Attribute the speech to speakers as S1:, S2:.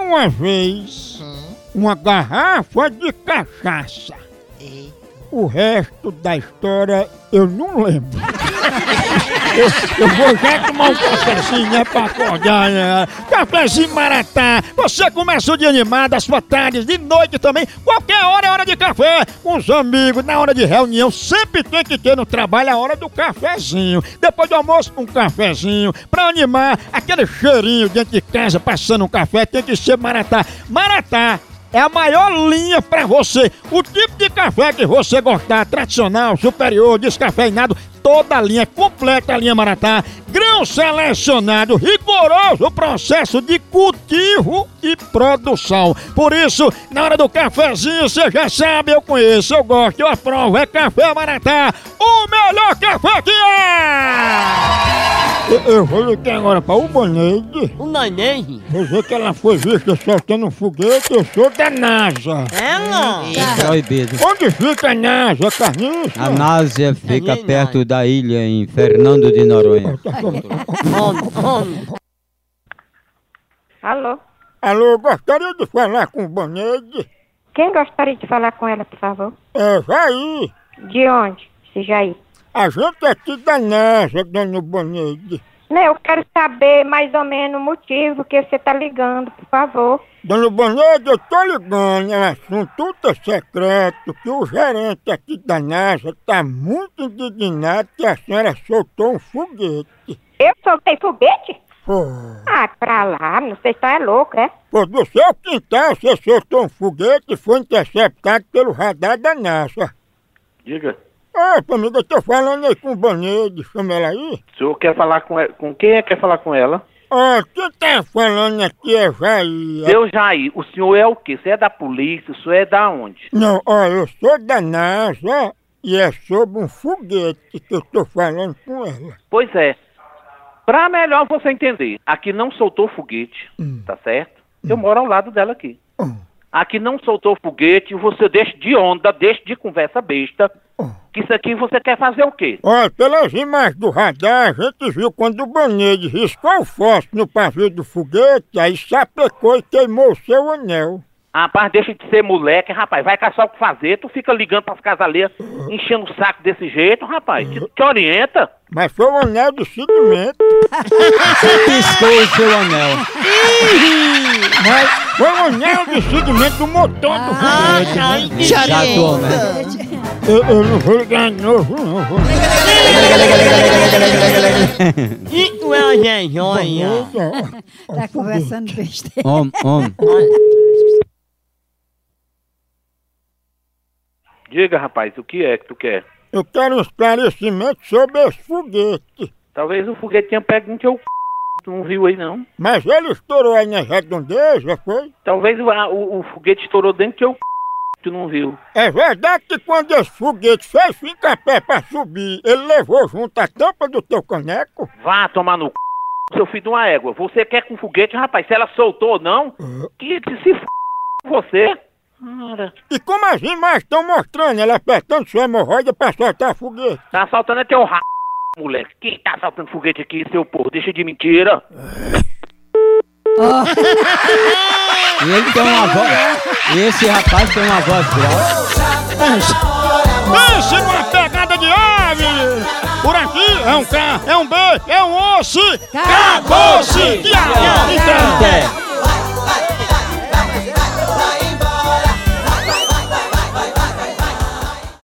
S1: uma vez uma garrafa de cachaça. O resto da história eu não lembro. Eu, eu vou já tomar um cafezinho, né, pra acordar, né? Cafezinho Maratá. Você começa o dia animado, as suas tardes, de noite também. Qualquer hora é hora de café. Com os amigos, na hora de reunião, sempre tem que ter no trabalho a hora do cafezinho. Depois do almoço, um cafezinho. Pra animar, aquele cheirinho dentro de casa, passando um café, tem que ser Maratá. Maratá. É a maior linha pra você. O tipo de café que você gostar, tradicional, superior, descafeinado, toda a linha, completa a linha Maratá. Grão selecionado, rigoroso processo de cultivo e produção. Por isso, na hora do cafezinho, você já sabe, eu conheço, eu gosto, eu aprovo. É Café Maratá, o melhor café que é! Eu, eu vou ligar agora pra Ubaneide.
S2: O neném?
S1: Você que ela foi vista soltando um foguete, eu sou da NASA.
S2: É, não.
S3: Proibido.
S1: Onde fica a NASA, Carlinhos?
S3: A NASA fica perto da ilha em Fernando de Noronha.
S4: Alô?
S1: Alô, gostaria de falar com o Baneide.
S4: Quem gostaria de falar com ela, por favor?
S1: É, Jair,
S4: De onde? Se Jair.
S1: a gente é aqui da NASA, dona Baneide.
S4: Não, eu quero saber mais ou menos o motivo que você tá ligando, por favor.
S1: Dona Baneide, eu tô ligando, é um assunto ultra secreto, que o gerente aqui da NASA tá muito indignado que a senhora soltou um foguete.
S4: Eu soltei foguete?
S1: Pô,
S4: Ah, pra lá, não sei se é louco, é?
S1: pô, do seu quintal você soltou um foguete e foi interceptado pelo radar da NASA.
S5: Diga,
S1: Ô, amiga, É, eu tô falando aí com o Baneide, chama ela aí.
S5: o senhor quer falar com ela? Com quem é que quer falar com ela?
S1: Ó, quem tá falando aqui é Jair.
S5: Seu Jair, o senhor é o quê? Você é da polícia? O senhor é da onde?
S1: Não, ó, eu sou da NASA e é sobre um foguete que eu tô falando com ela.
S5: Pois é. Pra melhor você entender, aqui não soltou foguete, tá certo? Eu moro ao lado dela aqui.
S1: Hum.
S5: Aqui não soltou foguete, você deixa de onda, deixa de conversa besta. Que isso aqui você quer fazer o quê?
S1: Ó, pelas imagens do radar, a gente viu quando o Banede riscou o fósforo no pavio do foguete, aí sapecou e queimou o seu anel.
S5: Rapaz, deixa de ser moleque, rapaz. Vai caçar o que fazer, tu fica ligando pras casas alheias, enchendo o saco desse jeito, rapaz. Te, te orienta.
S1: Mas foi o anel do segmento.
S3: Piscou o seu anel.
S1: Mas foi o anel do segmento do motor do
S2: Ah,
S1: foguete.
S2: tá,
S3: Chato, homem.
S1: Eu, eu não vou ligar de novo, não. Vou...
S2: Isso é uma genjonha.
S6: Tá conversando besteira.
S3: Homem, homem.
S5: Diga, rapaz, o que é que tu quer?
S1: Eu quero um esclarecimento sobre esse foguete.
S5: Talvez o foguete tenha pego no teu c... Tu não viu aí, não?
S1: Mas ele estourou aí nas redondezas, foi?
S5: Talvez o, a- o- o foguete estourou dentro do teu c... Tu não viu?
S1: É verdade que quando esse foguete fez ficar pé pra subir, ele levou junto a tampa do teu caneco?
S5: Vá tomar no c... Seu filho de uma égua. Você quer com foguete, rapaz? Se ela soltou ou não, que, que se f... você... Cara,
S1: E como as imagens estão mostrando, ela apertando sua hemorroida pra soltar foguete.
S5: tá assaltando é teu ra... Moleque, quem tá assaltando foguete aqui, seu porra? Deixa de mentira.
S3: E ele tem uma voz. E esse rapaz tem uma voz grossa.
S1: Pense numa pegada de ave! Por aqui é um K, é um B, é um osso! Acabou-se!
S3: É.